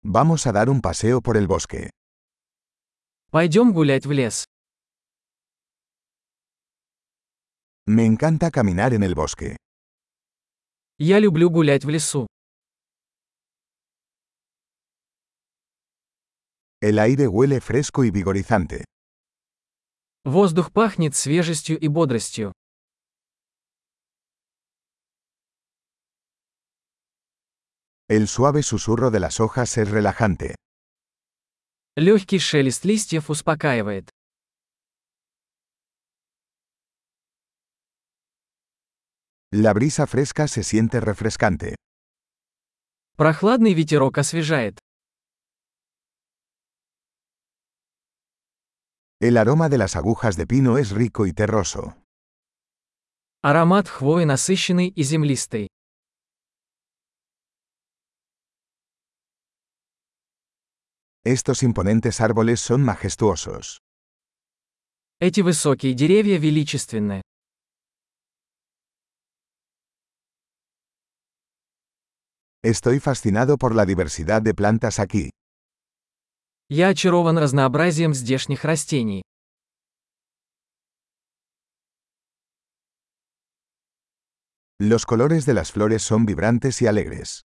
Vamos a dar un paseo por el bosque. Пойдем гулять в лес. Me encanta caminar en el bosque. Я люблю гулять в лесу. El aire huele fresco y vigorizante. Воздух пахнет свежестью и бодростью. El suave susurro de las hojas es relajante. Легкий шелест листьев успокаивает. La brisa fresca se siente refrescante. Прохладный ветерок освежает. El aroma de las agujas de pino es rico y terroso. Аромат хвои насыщенный и землистый. Estos imponentes árboles son majestuosos. Эти высокие деревья величественны. Estoy fascinado por la diversidad de plantas aquí. Я очарован разнообразием здешних растений. Los colores de las flores son vibrantes y alegres.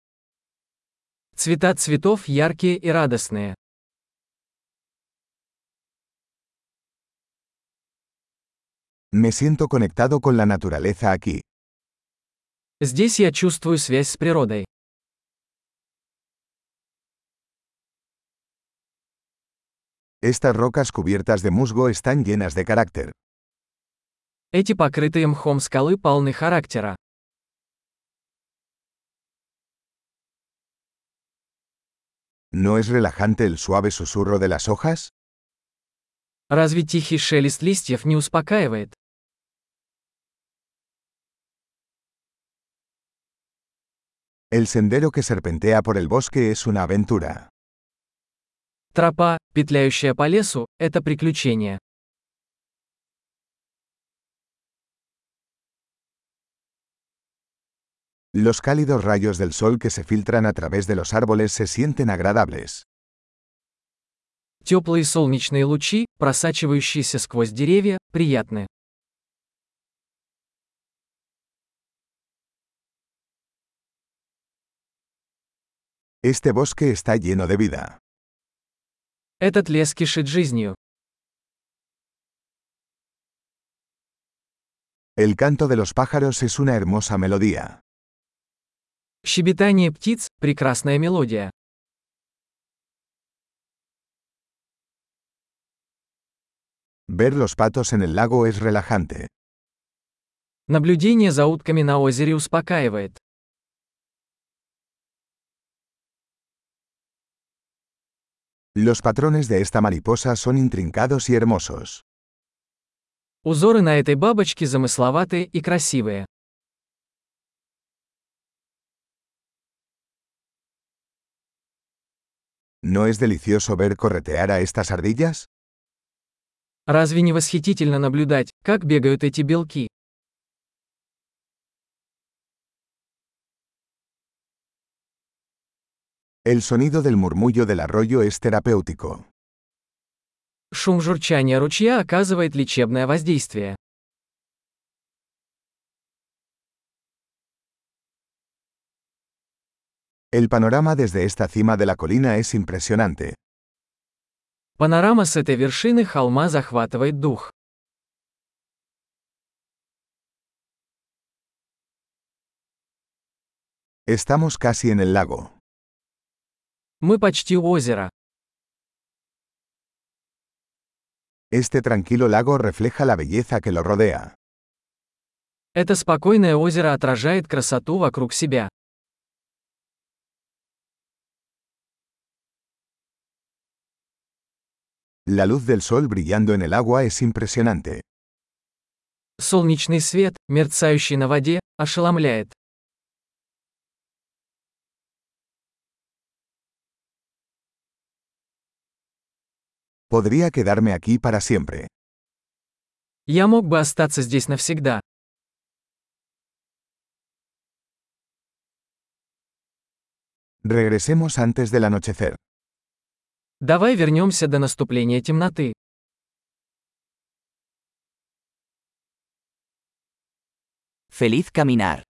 Цвета цветов яркие и радостные. Me siento conectado con la naturaleza aquí. Здесь я чувствую связь с природой. Estas rocas cubiertas de musgo están llenas de carácter. Эти покрытые мхом скалы полны характера. ¿No es relajante el suave susurro de las hojas? Разве тихий шелест листьев не успокаивает? El sendero que serpentea por el bosque es una aventura. Тропа, петляющая по лесу, это приключение. Los cálidos rayos del sol que se filtran a través de los árboles se sienten agradables. Теплые солнечные лучи, просачивающиеся сквозь деревья, приятны. Este bosque está lleno de vida. Этот лес кишит жизнью. El canto de los pájaros es una hermosa melodía. Щебетание птиц – прекрасная мелодия. Ver los patos en el lago es relajante. Наблюдение за утками на озере успокаивает. Los patrones de esta mariposa son intrincados y hermosos. Узоры на этой бабочке замысловатые и красивые. ¿No es delicioso ver corretear a estas ardillas? Разве не восхитительно наблюдать, как бегают эти белки? El sonido del murmullo del arroyo es terapéutico. Шум журчания ручья оказывает лечебное воздействие. El panorama desde esta cima de la colina es impresionante. Панорама с этой вершины холма захватывает дух. Estamos casi en el lago. Мы почти у озера. Este tranquilo lago refleja la belleza que lo rodea. Это спокойное озеро отражает красоту вокруг себя. La luz del sol brillando en el agua es impresionante. Солнечный свет, мерцающий на воде, ошеломляет. Podría quedarme aquí para siempre. Я мог бы остаться здесь навсегда. Regresemos antes del anochecer. Давай вернемся до наступления темноты. Feliz caminar.